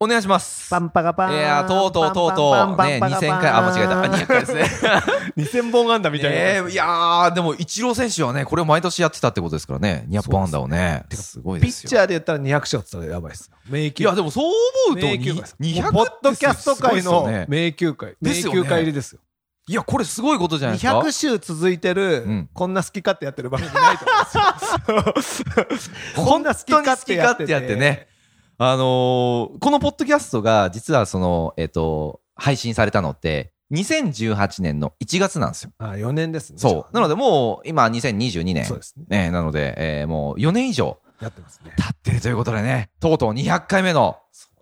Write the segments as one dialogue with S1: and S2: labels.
S1: お願いします。
S2: パンパカパン。
S1: いやーとうとうとうとう、ね、2000回、あ、間違えた。あ200回です ね。
S2: 2000本安打みたいな。
S1: えーいやー、でも、イチロー選手はね、これを毎年やってたってことですからね、200本安打をね。すごい
S2: ピ
S1: で
S2: ッ
S1: す
S2: チ
S1: よ。
S2: ャーで言ったら200勝って言ったらやばいですよ。迷宮。
S1: いや、でもそう思うと、に
S2: 迷宮会
S1: 200
S2: もうポッドキャスト界
S1: ってすごいですよ
S2: の
S1: ね
S2: 迷宮会。
S1: で
S2: 迷
S1: すよね
S2: 宮会入りですよ。
S1: いや、これすごいことじゃないですか。
S2: 200週続いてる、
S1: うん
S2: こんな好き勝手やってる番組ないと思うんです よ。こんな好き勝手やって
S1: 好き勝手やってね。あのーこのポッドキャストが、実はその、えっ、と、配信されたのって、2018年の1月なんですよ。
S2: あ、4年ですね。
S1: そう。なので、もう、今、2022年
S2: そう。ですね。
S1: ね、なので、えーもう4年以上
S2: やってますね。
S1: 経ってるということでね、とうとう200回目の、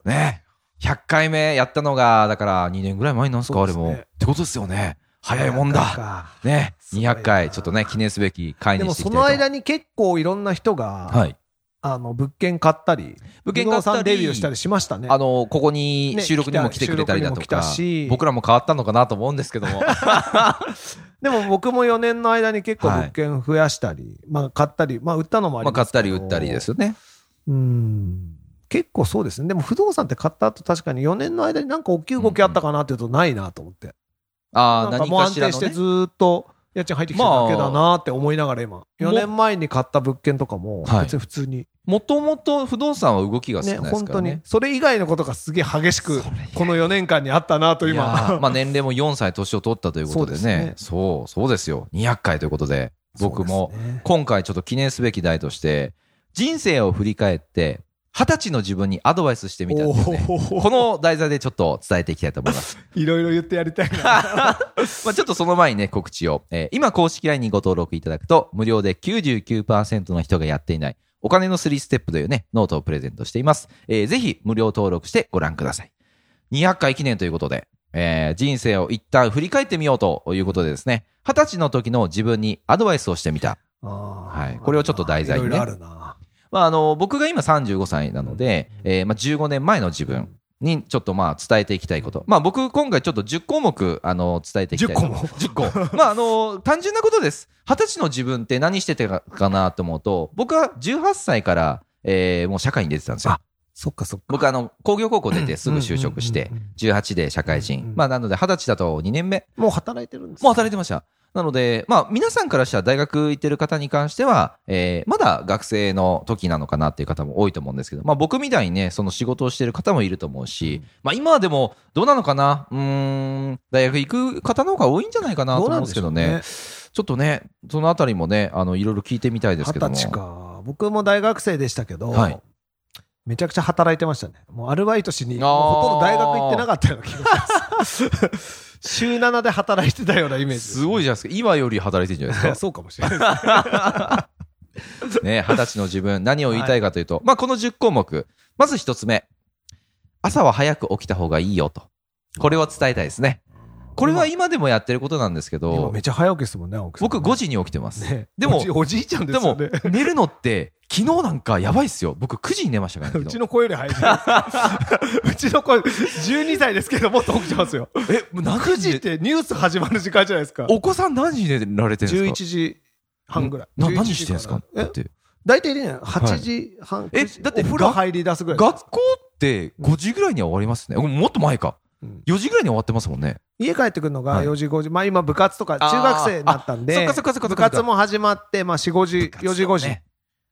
S1: ね、100回目やったのが、だから2年ぐらい前になんですか、
S2: そう
S1: あ
S2: で
S1: れ
S2: すね
S1: も。ってことですよね。早いもんだ。
S2: だ。
S1: ね、
S2: すごいな
S1: 200回、ちょっとね、記念すべき回
S2: で
S1: に
S2: も
S1: してい
S2: そ
S1: きたいと
S2: の間に結構いろんな人が、
S1: はい。
S2: あの物件買ったり、
S1: 物件買ったり
S2: 不動産レビューしたりしましたね。
S1: あの、ここに
S2: ね
S1: 収録にも来てくれたりだと
S2: 収録に
S1: か
S2: も来た、し
S1: 僕らも変わったのかなと思うんですけど も。
S2: でも僕も4年の間に結構
S1: はい
S2: 物件増やしたり、まあ買ったり、まあ売ったのもあ
S1: まあ、
S2: り
S1: 買
S2: ま
S1: っ
S2: す
S1: た
S2: け
S1: り
S2: ど
S1: 売ったりで。すよね。
S2: うん。結構そうですね。でも不動産って買った後確かに4年の間になんか大きい動きあったかなっていうとないなと思って。
S1: ああ、
S2: なんか
S1: 何
S2: もう
S1: か
S2: 安
S1: しら
S2: 定
S1: の、
S2: して
S1: ね
S2: ず。ーっと家賃入ってきてるだけだなって思いながら今。4年前に買った物件とかも
S1: はい
S2: 別に普通に。
S1: もともと不動産は動きが少な
S2: ね、
S1: いです
S2: 本
S1: から
S2: 当
S1: ね。
S2: に。それ以外のことがすげえ激しく
S1: それ以外、
S2: この4年間にあったなと
S1: いやー
S2: 今。
S1: まあ年齢も4歳年を取ったということで
S2: そうです
S1: ね
S2: ね。
S1: そう、そうですよ。200回ということで、僕も
S2: そうですね
S1: 今回ちょっと記念すべき題として、人生を振り返って、二十歳の自分にアドバイスしてみたっていうね。
S2: おー
S1: この題材でちょっと伝えていきたいと思います。
S2: いろいろ言ってやりたいな。
S1: まあちょっとその前にね、告知を。えー今公式 LINE にご登録いただくと、無料で99%の人がやっていない、お金の3ステップというね、ノートをプレゼントしています。えーぜひ無料登録してご覧ください。200回記念ということで、えー人生を一旦振り返ってみようということでですね、20歳の時の自分にアドバイスをしてみた。は
S2: はい
S1: これをちょっと題材にね
S2: いろいろあるな。
S1: まあ、あの、僕が今35歳なので、えーまあ、15年前の自分にちょっとまあ伝えていきたいこと。まあ、僕今回ちょっと10項目、あの、伝えていきたいと思います。10
S2: も。
S1: 個。 まあ、あの、単純なことです。20歳の自分って何してたかなと思うと、僕は18歳から、えーもう社会に出てたんですよ
S2: あ。 そっかそっか。
S1: 僕、あの、工業高校出てすぐ就職して
S2: うんうんうん、
S1: 18で社会
S2: うんう
S1: 人。
S2: ん
S1: まあ、なので20歳だと2年目。
S2: もう働いてるんです
S1: もう働いてました。なので、まあ、皆さんからしたら大学行ってる方に関しては、えーまだ学生の時なのかなっていう方も多いと思うんですけど、まあ、僕みたいにね、その仕事をしてる方もいると思うし、まあ、今はでも、どうなのかなうーん、大学行く方の方が多いんじゃないかなと
S2: どう
S1: 思う
S2: なんん
S1: で
S2: ですす
S1: け
S2: け
S1: ど
S2: ど
S1: ね。
S2: ね。
S1: ちょっとね、そのあたりもね、あの、いろいろ聞いてみたいですけど
S2: 二
S1: も。
S2: 十歳か。僕も大学生でしたけど、
S1: はい
S2: めちゃくちゃ働いてましたね。もうアルバイトしに、
S1: あー
S2: もうほとんど大学行ってなかったような気がします。 週7で働いてたようなイメージです
S1: すごいじゃないですか。今より働いてるんじゃないです
S2: そうかもしれないです。
S1: か。ね、二十歳の自分、何を言いたいかというと、まあ、この10項目。まず一つ目。朝は早く起きた方がいいよと。これを伝えたいですね。これは今でもやってることなんですけ
S2: 今
S1: ど
S2: め、ちゃ早起きですもんね、青木さんね
S1: 僕5時に起きてます。
S2: ね
S1: でも
S2: おじおじいちゃんで
S1: です
S2: よ
S1: も
S2: ね。、
S1: 寝るのって、昨日なんかやばいっすよ。僕9時に寝ましたからね
S2: う
S1: 昨
S2: ち
S1: 日。
S2: の子より早いじゃない ですかうちの子、12歳ですけど、もっと起きてますよ。
S1: え、もう何
S2: 9時っ
S1: 時で、
S2: てニュース始まる時間じゃないですか。
S1: お子さん何時に寝られてるんですか
S2: 11時半ぐらい。
S1: な
S2: 11
S1: 何
S2: 時
S1: してんですか
S2: ら
S1: だ
S2: え
S1: って。
S2: 大体ね、8時半。
S1: え
S2: 9時
S1: だって
S2: お風呂
S1: が
S2: 入り出すぐらいで す。
S1: 学校って5時ぐらいには終わりますね。もっと前か。
S2: うん
S1: 4時ぐらいに終わってますもんね。
S2: 家帰ってくるの
S1: は
S2: が
S1: い
S2: 4時、5時。まあ今部活とか
S1: あー
S2: 中学生になったんで。
S1: あそっかそっかそっかそっか
S2: 部活も始まって、まあ4、5時、4時、5時。
S1: ね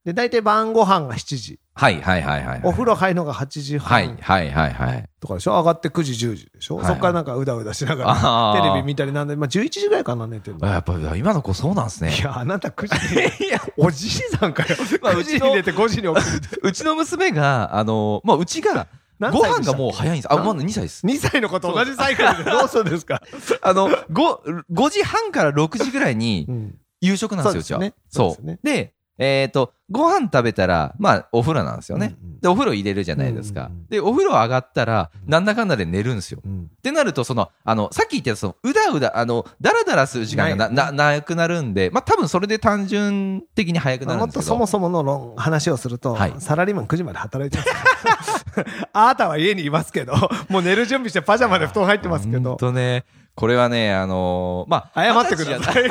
S2: で、大体晩ご飯が7時。
S1: はいはいはいはい。
S2: お風呂入るのが8時
S1: はい
S2: 半
S1: はいはいはい。
S2: とかでしょ上がって9時、10時でしょ
S1: はい
S2: そっからなんかうだうだしながら。
S1: あ
S2: テ
S1: ー
S2: レビ見たりなんで、まあ11時ぐらいかな、寝てるの。
S1: あやっぱ今の子そうなんですね
S2: い。や、あなた9時 に。
S1: いや、
S2: おじいさんかよ。
S1: まあ
S2: 9
S1: う
S2: 時
S1: ち
S2: に
S1: の
S2: 寝て5時に起きる。
S1: うちの娘が、あの、まあうちが、ご飯がもう早いんです。あ、
S2: 何
S1: まだ2歳です。
S2: 2歳の子と同じサイクル でどうするんですか
S1: あの、5、5時半から6時ぐらいに
S2: うん
S1: 夕食なんですよ、うちは
S2: そうですね。
S1: そ
S2: そう
S1: う
S2: ですね。
S1: で、えっ、と、ご飯食べたら、まあ、お風呂なんですよね。
S2: うん
S1: で、お風呂入れるじゃないですか
S2: うんうんうん。
S1: で、お風呂上がったら、なんだかんだで寝るんですよ。
S2: うんうん
S1: ってなると、その、あの、さっき言った、その、うだうだ、あの、だらだらする時間がな、な、なくなるんで、まあ、多分それで単純的に早くなる
S2: も
S1: んで
S2: っ
S1: す
S2: と
S1: け
S2: そ
S1: ど。
S2: もそもの論話をすると、
S1: はい
S2: サラリーマン9時まで働いてます あなたは家にいますけどもう寝る準備してパジャマで布団入ってますけ
S1: ほん
S2: ど
S1: とね、これはね、あのーまあ、
S2: 謝ってください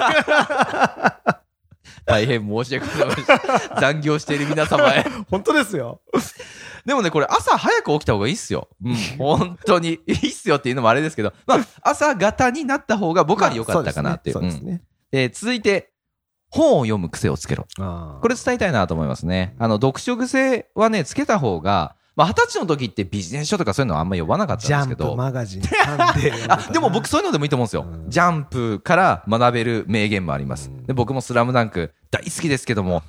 S1: 大変申し訳ございませ ん。残業している皆様へ。
S2: 本当ですよ
S1: でもね、これ朝早く起きた方がいいっすよ。うん、本当に。いいっすよっていうのもあれですけど、まあ、朝型になった方が僕は良かったかなっていう。
S2: まあそうです
S1: うん
S2: ね
S1: えー続いて、本を読む癖をつけろ。こ
S2: こ
S1: れ伝えたいなと思いますね。あの、読書癖はね、つけた方が、まあ、二十歳の時ってビジネス書とかそういうのはあんまり読まなかったん
S2: ジ
S1: で
S2: ャ
S1: すけ
S2: ン
S1: ど
S2: プ。マガジンサンデー
S1: あでも僕そういうのでもいいと思うんですよ、
S2: うん
S1: ジャンプから学べる名言もあります、
S2: うん
S1: で僕も「スラムダンク大好きですけども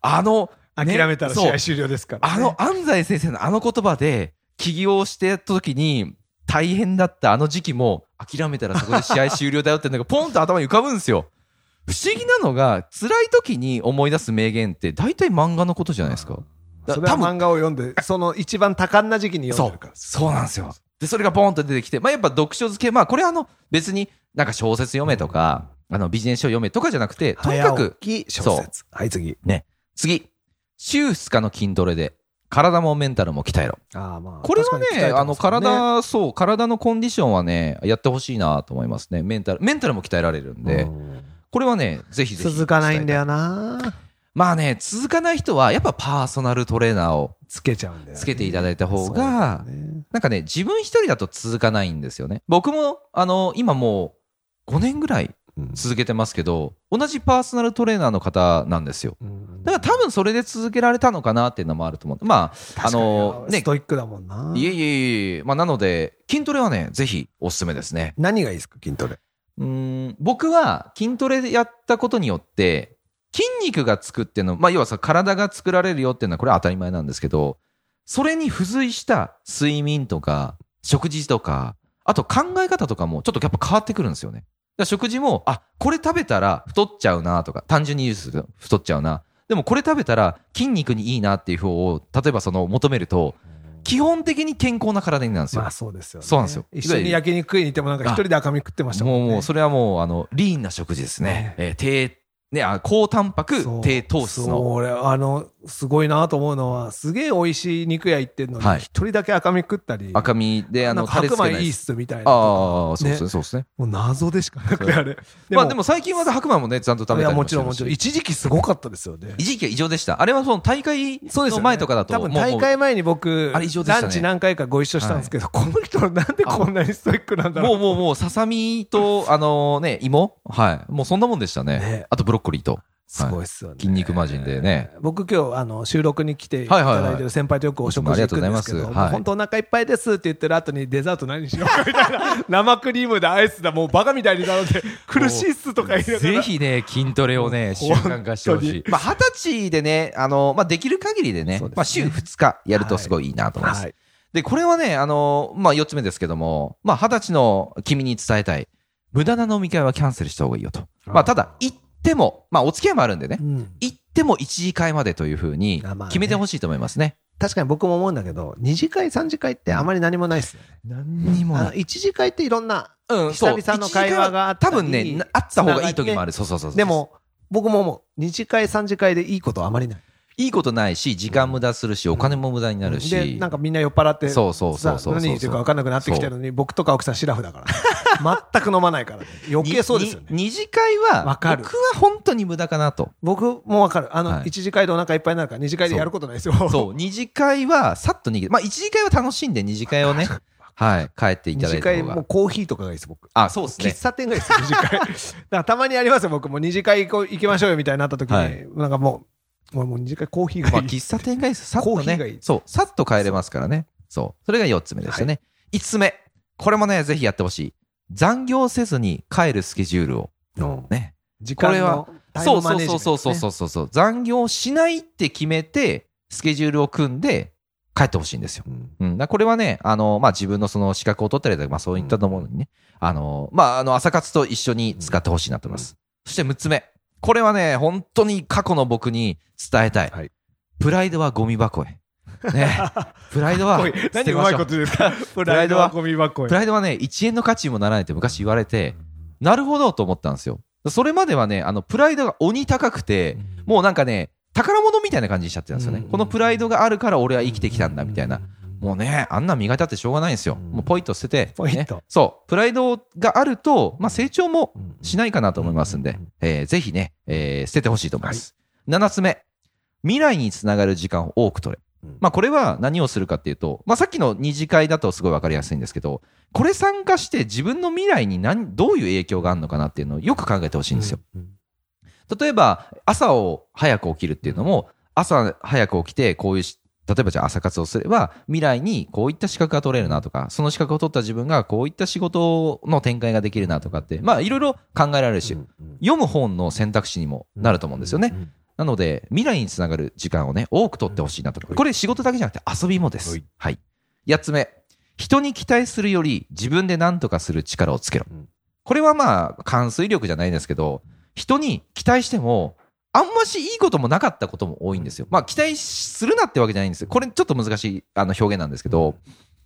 S1: あのね
S2: 諦めたら試合終了ですから、ね、
S1: あの安西先生のあの言葉で起業してた時に大変だったあの時期も諦めたらそこで試合終了だよってのがポンと頭に浮かぶんですよ不思議なのが辛い時に思い出す名言って大体漫画のことじゃないですかだ
S2: それは
S1: 多分
S2: 漫画を読んでその一番多感な時期に読んでるから
S1: そうなんですよ。で、それがボーンと出てきて、まあ、やっぱ読書漬け、まあ、これあの、別になんか小説読めとか、あの、ビジネス書読めとかじゃなくて、とにか
S2: 早
S1: く、
S2: 起き小説はい次
S1: 次、週2日の筋トレで、体もメンタルも鍛えろ。
S2: あーまあ
S1: これは
S2: 確かに鍛え
S1: ね、
S2: て
S1: あ
S2: ま
S1: の、
S2: すからね
S1: 体、そう、体のコンディションはね、やってほしいなと思いますね。メンタル、メンタルも鍛えられるんで、
S2: うん
S1: これはね、ぜひぜひ。
S2: 続かないんだ。よな
S1: まあね、続かない人は、やっぱパーソナルトレーナーを
S2: つけちゃうんだよね
S1: つけていただいた方
S2: そうだよ
S1: が、
S2: ね
S1: なんかね、自分一人だと続かないんですよね。僕も、あの、今もう5年ぐらい
S2: うん
S1: 続けてますけど、同じパーソナルトレーナーの方なんですよ。
S2: うん
S1: だから多分それで続けられたのかなっていうのもあると思う。まあ、あ
S2: 確かに
S1: の、ね
S2: ス、トイックだもんない
S1: えいえいえ、まあなので、筋トレはね、ぜひおすすめですね。
S2: 何がいいですか筋トレ
S1: うーん、僕は筋トレでやったことによって、筋肉がつくっていうの、まあ要はさ、体が作られるよっていうのはこれは当たり前なんですけど、それに付随した睡眠とか、食事とか、あと考え方とかもちょっとやっぱ変わってくるんですよね。だから食事も、あ、これ食べたら太っちゃうなとか、単純に言うと太っちゃうな。でもこれ食べたら筋肉にいいなっていう方を、例えばその求めると、基本的に健康な体になるんですよ。
S2: まあそうですよね
S1: そうなんですよ
S2: 一緒に焼肉食いに行ってもなんか一人で赤身食ってました
S1: も
S2: もん
S1: う
S2: ね
S1: もうそれはもうあのリーンな食事ですね、えー低ねあ高タンパク
S2: そう
S1: 低糖質
S2: そう
S1: の
S2: 俺あのすごいなと思うのはすげえ美味しい肉屋行ってんのに
S1: はい
S2: 一人だけ赤身食ったり、
S1: 赤身であ
S2: なん
S1: の
S2: か
S1: タレつ
S2: 白
S1: けない
S2: 米いいっ
S1: です
S2: すみたいな
S1: ああそう
S2: ね
S1: ですねそうですね
S2: もう謎でしかなくてあれ
S1: まあでも最近は白米もねちゃんと食
S2: い
S1: べた
S2: や
S1: りし
S2: も
S1: て
S2: ち
S1: る
S2: ろ
S1: し
S2: んもちろん一時期すごかったですよね
S1: 一時期は異常でしたあれはその大会
S2: そうです
S1: の前とかだと
S2: 多分
S1: もう
S2: 大会前に僕
S1: あれ異常でした
S2: ラ
S1: ね
S2: ンチ何回かご一緒したんですけど、この人なんでこんなにストイックなんだろ
S1: も
S2: う
S1: うもうもうもうささみとあのね芋はいもうそんなもんでしたね
S2: ね
S1: あとブロッコリーと
S2: すごいっすよね、
S1: 筋肉魔人でね
S2: 僕今日あの収録に来てい
S1: は
S2: た
S1: いはいはい
S2: だいてる先輩とよくお食事行く
S1: いつ
S2: んですけ
S1: もありがとうござい
S2: ど
S1: ます
S2: もう
S1: はい
S2: 本当お腹いっぱいですって言ってる後にデザート何にしようかみたいな生クリームだアイスだもうバカみたいに頼んで苦しいっすとか言いながら
S1: ぜひね、筋トレをね、習
S2: 本当に
S1: 慣化してほしい。まあ、二十歳でね、あの、まあ、できる限りでね、
S2: そうですね
S1: まあ、週2日やるとすごいいいなと思います。
S2: はい
S1: で、これはね、あの、まあ、4つ目ですけども、まあ、二十歳の君に伝えたい。無駄な飲み会はキャンセルした方がいいよと。まあ、ただ、行っても、まあ、お付き合いもあるんでね
S2: う、ん
S1: 行っても1次会までというふうに
S2: あまあね
S1: 決めてほしいと思いますね。
S2: 確かに僕も思うんだけど二次会三次会ってあまり何もないっすよね
S1: 何にも
S2: あ
S1: な
S2: の
S1: い。
S2: 一次会っていろんな
S1: うん、そう。
S2: 久々の会話があった
S1: 多
S2: り
S1: 分ね、なあった方がいい時もある。そうそうそうそう。
S2: でも僕も思う二次会三次会でいいことあまりない
S1: いいことないし、時間無駄するし、お金も無駄になるし。
S2: でなんかみんな酔っ払って
S1: そうそうそうそうそう
S2: さ何言ってるか分かんなくなってきてるのに僕とか奥さんシラフだから 全く飲まないからね余計そうですよね
S1: にに二次会は、
S2: わかる
S1: 僕は本当に無駄かなと。
S2: 僕も分かるあ
S1: は
S2: の
S1: い
S2: 一次会でお腹いっぱいになるから二次会でやることないです よ
S1: そう、二次会はさっと逃げて、まあ一次会は楽しんで二次会を ね、はい、帰ってい
S2: 二
S1: ただ
S2: 次
S1: いた
S2: 会
S1: 方
S2: もう
S1: が。
S2: コーヒーとかがいいです僕
S1: あ、そうですね
S2: 喫。茶店がいいです 二次会だからたまにありますよ僕も二次会行こう行きましょうよみたいになった時に、
S1: はい
S2: なんかもう俺もう二次会コーヒーが
S1: ま
S2: い
S1: あ
S2: い、
S1: 喫茶店がいいです。さっと
S2: コーヒーがい
S1: ね
S2: い、
S1: そう、さっと帰れますからね。そう、それが4つ目でしたね。5つ目、これもね、ぜひやってほしい。残業せずに帰るスケジュールを
S2: うん
S1: ね、
S2: 時
S1: こ
S2: 間
S1: れは
S2: のタイ
S1: そ
S2: ム
S1: う
S2: マ
S1: そ
S2: ネ
S1: う
S2: ージメント、
S1: そ
S2: ね、
S1: うそうそうそうそう残業しないって決めてスケジュールを組んで帰ってほしいんですよ、うん、だからこれはねあの、まあ、自分のその資格を取ったりとか、まあ、そういったものにね、あのまあ、あの朝活と一緒に使ってほしいなと思います、そして6つ目これはね、本当に過去の僕に伝えたい。
S2: はい
S1: プライドはゴミ箱へ。 ね。プライドは
S2: おい
S1: 捨
S2: 何
S1: て
S2: う
S1: ま
S2: ま
S1: し
S2: い
S1: ょ
S2: こ
S1: う。
S2: とですかプライドはゴミ箱へ
S1: プライドはね、1円の価値にもならないって昔言われて、なるほどと思ったんですよ。それまではね、あの、プライドが鬼高くて、もうなんかね、宝物みたいな感じにしちゃってたんですよね。
S2: うん
S1: このプライドがあるから俺は生きてきたんだみたいな。もうね、あんな磨いたってしょうがないんですよ。
S2: うん
S1: もうポイッと捨てて、
S2: ポイッ
S1: ね
S2: と
S1: そう、プライドがあると、まあ、成長もしないかなと思いますんで、
S2: うん
S1: えーぜひね、えー捨ててほしいと思います。7つ目、未来につながる時間を多く取れ。
S2: うん
S1: まあ、これは何をするかっていうと、まあ、さっきの二次会だとすごいわかりやすいんですけど、これ参加して自分の未来に何、どういう影響があるのかなっていうのをよく考えてほしいんですよ。例えば朝を早く起きるっていうのも朝早く起きてこういうし例えばじゃあ朝活をすれば未来にこういった資格が取れるなとかその資格を取った自分がこういった仕事の展開ができるなとかってまあいろいろ考えられるし読む本の選択肢にもなると思うんですよねなので未来につながる時間をね多く取ってほしいなと
S2: はい
S1: これ仕事だけじゃなくて遊びもで
S2: は
S1: す
S2: い
S1: はい8つ目人に期待するより自分で何とかする力をつけろ
S2: うん
S1: これはまあ関水力じゃないんですけど人に期待してもあんましいいこともなかったことも多いんですよまあ期待するなってわけじゃないんですよこれちょっと難しいあの表現なんですけど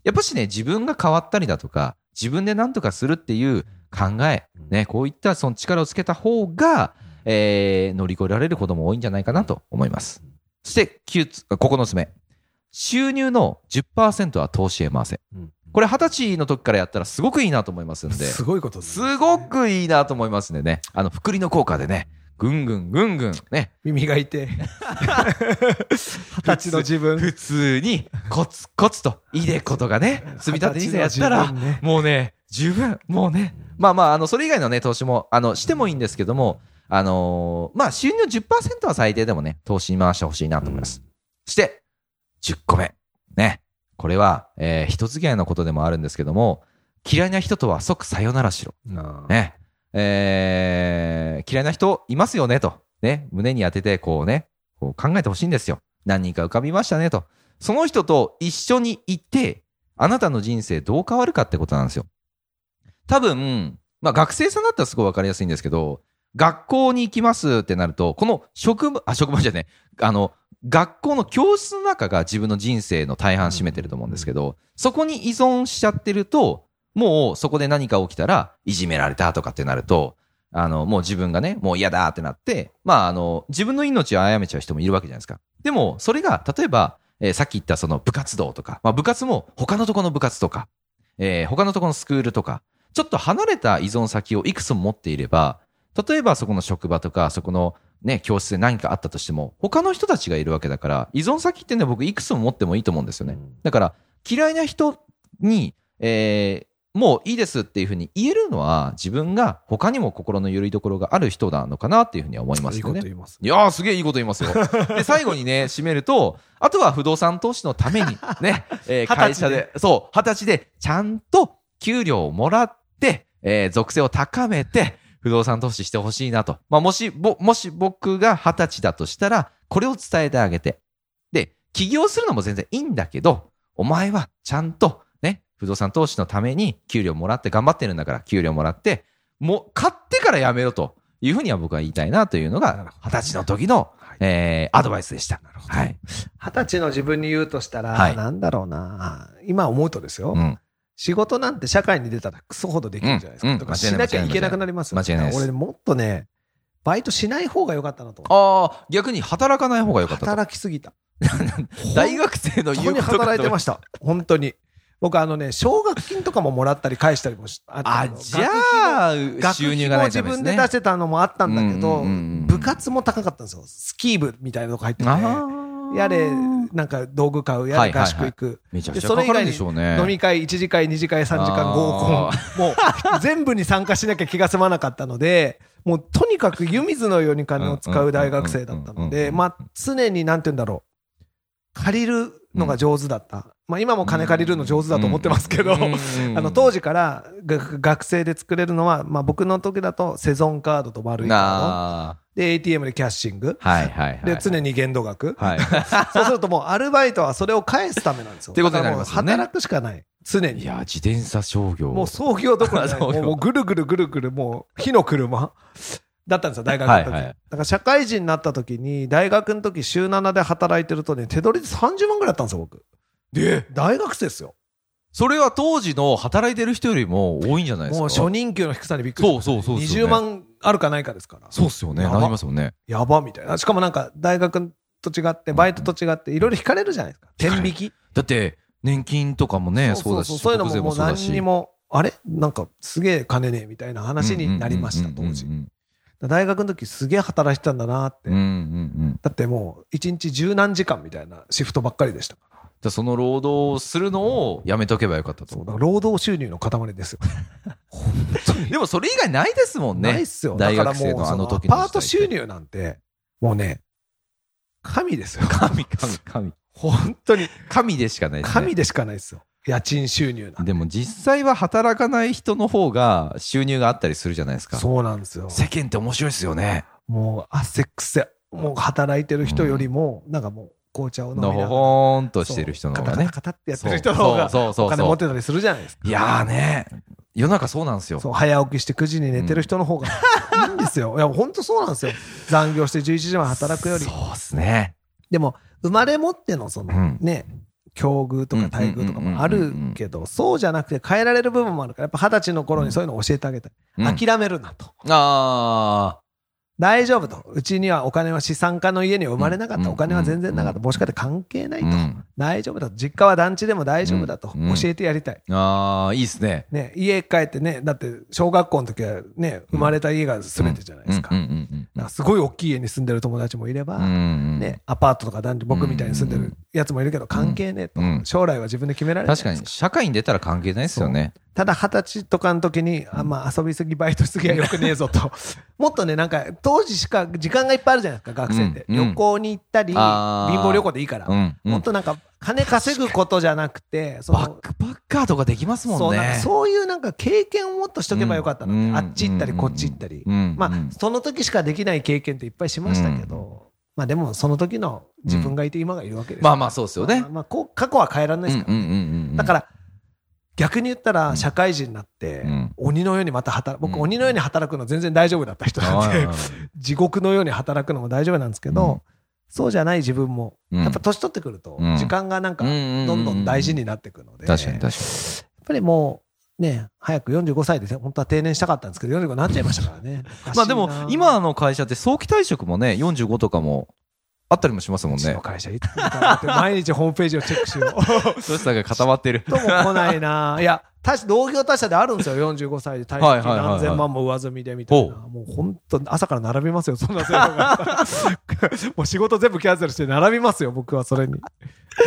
S1: やっぱしね自分が変わったりだとか自分で何とかするっていう考え、ね、こういったその力をつけた方が、えー乗り越えられることも多いんじゃないかなと思います。そして9つ、9つ目。収入の10%は投資へ回せ。これ20歳の時からやったらすごくいいなと思いますんで、
S2: すごいことです
S1: すごくいいなと思いますんでね、あの、福利の効果でね、ぐんぐんぐんぐんね、
S2: 耳が痛い二十歳の自分
S1: 普通にコツコツと、いでことがね、積み立て2 0やったら、もうね、十分、もうね、まあまあ、あのそれ以外のね、投資もあのしてもいいんですけども、あのーまあ、収入10%は最低でもね、投資に回してほしいなと思います。そして、10個目。ね。これは、えー人付き合いのことでもあるんですけども、嫌いな人とは即さよならしろ。
S2: ね
S1: ね。えー嫌いな人いますよねと。ね。胸に当てて、こうね、こう考えてほしいんですよ。何人か浮かびましたねと。その人と一緒にいて、あなたの人生どう変わるかってことなんですよ。多分、まあ学生さんだったらすごいわかりやすいんですけど、学校に行きますってなると、この職場、あ、職場じゃねえ、あの、学校の教室の中が自分の人生の大半占めてると思うんですけど、そこに依存しちゃってると、もうそこで何か起きたら、いじめられたとかってなると、あの、もう自分がね、もう嫌だってなって、まあ、あの、自分の命を殺めちゃう人もいるわけじゃないですか。でも、それが、例えば、えーさっき言ったその部活動とか、まあ、部活も他のとこの部活とか、えー他のとこのスクールとか、ちょっと離れた依存先をいくつも持っていれば、例えばそこの職場とか、そこのね、教室で何かあったとしても、他の人たちがいるわけだから、依存先ってね、僕いくつも持ってもいいと思うんですよね。だから、嫌いな人に、えーもういいですっていうふうに言えるのは、自分が他にも心の揺りどころがある人なのかなっていうふうには思います
S2: いい
S1: よ
S2: こと
S1: ね。
S2: 言います
S1: いやー、すげえいいこと言いますよ。で、最後にね、締めると、あとは不動産投資のため に、ね、えー
S2: 二十歳で
S1: 会社で、そう、二十歳で、ちゃんと給料をもらって、えー属性を高めて、不動産投資してほしいなと。まあ、もし、ぼ、もし僕が二十歳だとしたら、これを伝えてあげて。で、起業するのも全然いいんだけど、お前はちゃんと、ね、不動産投資のために給料もらって頑張ってるんだから、給料もらって、もう、買ってからやめろというふうには僕は言いたいなというの
S2: なる
S1: が
S2: ほ、ど
S1: 二十歳の時の、
S2: はい
S1: えーアドバイスでした。はい。
S2: 二十歳の自分に言うとしたら、
S1: はい
S2: なんだろうな今思うとですよ、
S1: うん。
S2: 仕事なんて社会に出たらクソほどできるじゃないですか、
S1: うん
S2: と
S1: う
S2: か
S1: ん間違
S2: し
S1: いない
S2: なきゃいけなくなりますよ
S1: 間違いないです
S2: 俺もっとねバイトしない方が良かったなと思っ
S1: ああ、逆に働かない方が良
S2: て
S1: かったと。
S2: 働きすぎた
S1: 大学生の言
S2: 本当
S1: う
S2: に
S1: こと
S2: 働いてま
S1: し
S2: した本当に僕あのね奨学金とかももらったり返したりもしあった
S1: あ、
S2: の
S1: じゃあ、
S2: 学費
S1: 収
S2: も
S1: 入がない
S2: 自
S1: ためです
S2: 分
S1: ね。
S2: で出せたのもあったんだけど、
S1: うんうんうんうん
S2: 部活も高かったんですよスキー部みたいなのが入ってて、
S1: ああ
S2: やれなんか道具買うや
S1: はい
S2: れ
S1: はいは
S2: 合
S1: い
S2: 宿行く、
S1: めちゃく
S2: で
S1: ちゃ
S2: そ
S1: か
S2: れ以
S1: かる
S2: 外
S1: で
S2: に
S1: しょうね。
S2: 飲み会1次会2次会3次
S1: あ
S2: 会
S1: ー
S2: 合コンもう全部に参加しなきゃ気が済まなかったのでもうとにかく湯水のように金を使う大学生だったの
S1: うんうんうん
S2: で
S1: うんうん
S2: まあ常になんて言うんだろう借りるのが上手だった、まあ、今も金借りるの上手だと思ってますけど、
S1: うんうんうんうん
S2: あの当時からが学生で作れるのは、まあ、僕の時だとセゾンカードとバルーンカード
S1: あ
S2: で ATM でキャッシング
S1: あ、はいはいはい。
S2: で常に限度額、
S1: はい。
S2: そうするともうアルバイトはそれを返すためなんです よ。
S1: ってことになりますよね
S2: だからもう働くしかない。常
S1: い
S2: に。
S1: や、自転車商業。
S2: もう創業どころじゃな い
S1: あ創業
S2: もうぐるぐるぐるぐるもう火の車。だったんですよ、大学の時。
S1: はいはい
S2: だから社会人になった時に、大学の時週7で働いてるとね、手取りで30万ぐらいだったんですよ、僕。で大学生ですよ。
S1: それは当時の働いてる人よりも多いんじゃないですか
S2: もう初任給の低さにびっくりし
S1: そ
S2: ま
S1: う
S2: し
S1: そうそう
S2: た。
S1: っす
S2: 20
S1: よね
S2: 万あるかないかですから。
S1: そうっすよね
S2: や
S1: な
S2: ば
S1: りますよね
S2: やばみたいな。しかもなんか、大学と違って、バイトと違って、いろいろ引かれるじゃないですか。
S1: 引かれ
S2: 天
S1: る
S2: 引き。
S1: だって年金とかもねそうだし
S2: そういうの
S1: 所得税
S2: ももう
S1: そうだ
S2: 何
S1: し
S2: にも、あれなんか、すげえ金ねえみたいな話になりました、
S1: うん
S2: 当
S1: うんうんうん
S2: 時。大学の時すげえ働いてたんだなって。
S1: うんうんうん
S2: だってもう、一日十何時間みたいなシフトばっかりでした。
S1: じゃあその労働をするのをやめとけばよかった
S2: そう
S1: と
S2: だから労働収入の塊ですよ。本当に。
S1: でもそれ以外ないですもんね
S2: ないっすよ。
S1: 大学
S2: だ
S1: 生
S2: からもう
S1: のあの時
S2: そ
S1: の
S2: パート
S1: 時代
S2: 収
S1: って
S2: 入なんて、もうね、神ですよ。
S1: 神神神
S2: 本当に。
S1: 神でしかないです、ね、
S2: 神でしかないですよ。家賃収入なんて。
S1: でも実際は働かない人の方が収入があったりするじゃないですか
S2: そうなんですよ。
S1: 世間って面白いですよね
S2: もう汗くせ。もう働いてる人よりも、なんかもう紅茶を飲みな
S1: の
S2: が
S1: ほ
S2: ら
S1: ほーんとしてる人の方がね
S2: そうカタカタカタってやってる人の方が
S1: そうそう
S2: お
S1: そう
S2: 金
S1: そ
S2: 持
S1: う
S2: ってたりするじゃないですか。
S1: いやーね世の中そうなんですよ
S2: そう早起きして9時に寝てる人の方がいいんですよ。 いや、本当そうなんですよ。残業して11時まで働くより
S1: そ。うっすね
S2: でも、生まれ持ってのその、
S1: うん
S2: ね、境遇とか待遇とかもあるけど、そうじゃなくて変えられる部分もあるから、やっぱ二十歳の頃にそういうのを教えてあげたい。
S1: うん
S2: 諦めるなと。
S1: あ
S2: 大丈夫と。うちにはお金は資産家の家には生まれなかっ
S1: うん
S2: た。お金は全然なかった。母子家庭関係ない
S1: ー、う
S2: と。
S1: ん、
S2: 大丈夫だと。実家は団地でも大丈夫だと。
S1: うん
S2: 教えてやりたい。
S1: あーいいっすね
S2: ね、家帰ってね、だって小学校の時はね、生まれた家が全てじゃないですか。
S1: うんうんうん
S2: なんかすごい大きい家に住んでる友達もいれば、
S1: うんうん
S2: ね、アパートとか団地、僕みたいに住んでるやつもいるけど、関係ねえと、
S1: うん
S2: 将来は自分で決められない
S1: 確
S2: じゃな
S1: か
S2: いです
S1: に社会に出たら関係ないですよね
S2: ただ二十歳とかの時に、あまあ、遊びすぎ、バイトしすぎはよくねえ ぞと、もっとね、なんか当時しか時間がいっぱいあるじゃないですか、学生って。
S1: うんうん
S2: 旅行に行ったり、貧
S1: あー
S2: 乏旅行でいいから、
S1: うんうん
S2: もっとなんか、金稼ぐことじゃなくて、その
S1: バックパッカーとかできますもんね
S2: そうなんかそういうなんか経験をもっとしとけばよかったなって、
S1: うん
S2: あっち行ったり、こっち行ったり、
S1: うん
S2: まあ
S1: うん、
S2: その時しかできない経験っていっぱいしましたけど、まあでも、その時の自分がいて、今がいるわけです
S1: まあ
S2: あ
S1: まあそうですよね
S2: まあ、こう過去は変えられないですか
S1: う
S2: ら、
S1: んうんうんうん、
S2: だからら、逆に言った
S1: う
S2: ら、
S1: ん
S2: 社会人になって、
S1: うん
S2: 鬼のようにまた働く、
S1: う
S2: 僕、
S1: ん
S2: 鬼のように働くの全然大丈夫だった人なん
S1: はい
S2: で
S1: はいはい、
S2: 地獄のように働くのも大丈夫なんですけど、
S1: うん
S2: そうじゃない自分も、
S1: うん
S2: やっぱ年取ってくると
S1: うん、
S2: 時間がなんか、
S1: うんうんうんうん
S2: どんどん大事になってくるので、
S1: 確かに確
S2: やっ
S1: かに
S2: ぱりもう、ね、早く45歳で、本当は定年したかったんですけど、45になっちゃいましたからね。
S1: まあで
S2: お
S1: も
S2: かしいな、
S1: 今の会社って早期退職もね、45とかもあったりもしますも
S2: うんち
S1: ね
S2: の。会社いつ見たかなって毎日ホームページをチェックしよ う。
S1: トシさんが固まってる。
S2: とも来ないな。いや、他社同業他社であるんですよ。45歳で退
S1: はい
S2: 職
S1: はいはいはい
S2: 何千万も上積みでみたいな。もう本当朝から並びますよ。そんな制度が。 もう仕事全部キャンセルして並びますよ。僕はそれに。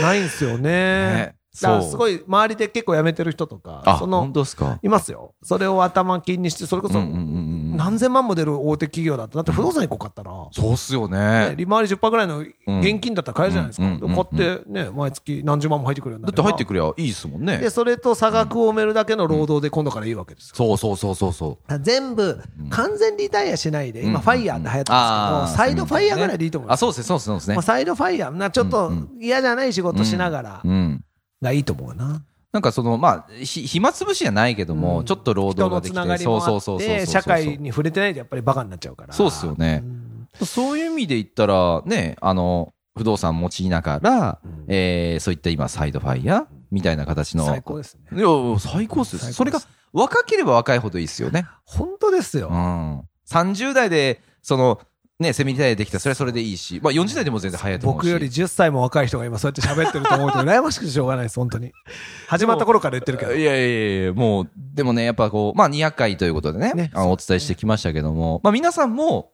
S2: ないんですよね。
S1: ね
S2: だ
S1: そ
S2: か
S1: う。
S2: らすごい周りで結構辞めてる人とか
S1: あ、、
S2: そ
S1: 本
S2: の、
S1: 当ですか。
S2: いますよ。それを頭金にして、それこそ
S1: うんうんうんうん
S2: 何千万も出る大手企業だった。だって不動産1個買ったら。
S1: そうっすよ
S2: ね
S1: ね。
S2: 利回り10%ぐらいの現金だったら買えるじゃないです
S1: うん
S2: か。
S1: うん
S2: で
S1: うん
S2: 買ってね、毎月何十万も入ってくるように
S1: だ
S2: な
S1: って入って
S2: く
S1: くりゃいいですもんね
S2: で、。それと差額を埋めるだけの労働で今度からいいわけですよ。
S1: そうそうそうそうそう。
S2: 全部完全リタイアしないで、
S1: うん
S2: 今ファイヤーって流行って
S1: あ
S2: ます
S1: ー
S2: けど、サイドファイヤーぐらいでいいと思いま
S1: あ、
S2: す。
S1: そうですね、そうですねそうですね
S2: まあ、。サイドファイヤー、なちょっと
S1: うん
S2: 嫌じゃない仕事しながら
S1: うん。
S2: がいいと思うな。
S1: なんかその、まあ、ひ暇つぶしじゃないけども、
S2: うん
S1: ちょっと労働
S2: 人の
S1: がで
S2: つ
S1: き
S2: なが
S1: て、
S2: り
S1: そ
S2: も
S1: うそ
S2: あ
S1: うそ
S2: っ
S1: うそう。
S2: て、社会に触れてないとやっぱりバカになっちゃうから。
S1: そうっすよね
S2: うん
S1: そういう意味で言ったら、ね、あの、不動産持ちながら、
S2: うん
S1: えーそういった今、サイドファイヤーみたいな形の。
S2: 最高ですね。
S1: いや、最高っすよ。
S2: 最高です
S1: それが若ければ若いほどいいっすよね。
S2: 本当ですよ
S1: う。ん。30代で、その、ね、セミリタイアできたらそれはそれでいいし、まあ40代でも全然早いと思うし。
S2: 僕より10歳も若い人が今そうやって喋ってると思うと羨ましくてしょうがないです、本当に。始まった頃から言ってるけど。
S1: いやいやいやいやもう、でもね、やっぱこう、まあ200回ということでね、
S2: ね
S1: あのお伝えしてきましたけども、まあ皆さんも、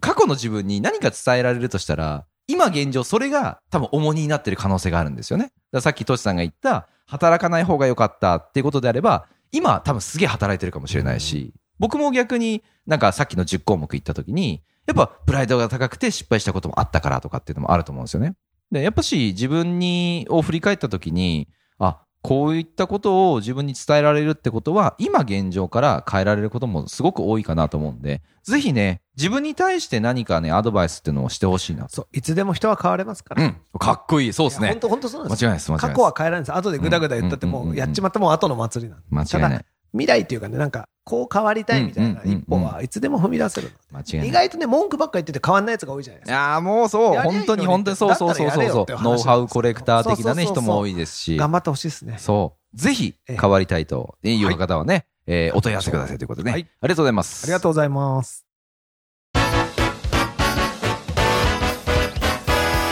S1: 過去の自分に何か伝えられるとしたら、今現状それが多分重荷になってる可能性があるんですよね。だからさっきトシさんが言った、働かない方が良かったっていうことであれば、今多分すげえ働いてるかもしれないし、僕も逆になんかさっきの10項目言った時に、やっぱプライドが高くて失敗したこともあったからとかっていうのもあると思うんですよね。で、やっぱし自分に、を振り返った時に、あ、こういったことを自分に伝えられるってことは、今現状から変えられることもすごく多いかなと思うんで、ぜひね、自分に対して何かね、アドバイスっていうのをしてほしいな。
S2: そう、いつでも人は変われますから。
S1: うん、かっこいい。そうです
S2: いや本
S1: ね。
S2: 当本当そうなん
S1: 間違
S2: で
S1: い
S2: すよ。
S1: ないです、間違いない
S2: 過
S1: です
S2: 去は変えられないです。後でぐだぐだ言ったって
S1: うんうん
S2: も
S1: うんう
S2: うんやっちまったもん後の祭りなんで。
S1: 間違い
S2: た
S1: な
S2: だ
S1: い。
S2: 未来というかね、なんか、こう変わりたいみたいな
S1: うんうんうんうん
S2: 一歩はいつでも踏み出せる。
S1: 間違い
S2: 意
S1: ない。
S2: 外とね、文句ばっか言ってて変わんないやつが多いじゃないで
S1: い
S2: すか。
S1: やーもうそう、
S2: やりゃいい
S1: 本
S2: のに
S1: 当に本当にそうそうそう
S2: だった
S1: そう
S2: らやれよ
S1: そ
S2: って
S1: う、
S2: 話
S1: ノウハウコレクター的なね、
S2: そうそうそうそう
S1: 人も多いですし、
S2: 頑張ってほしいですね。
S1: そう、ぜひ
S2: ええ
S1: 変わりたいという方はね、えーお問い合わせくださいということでね、
S2: はい
S1: ありがとうございます。
S2: ありがとうございます。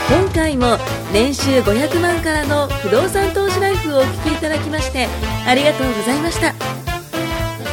S3: 今回も年収500万からの不動産投資ライフをお聞きいただきましてありがとうございました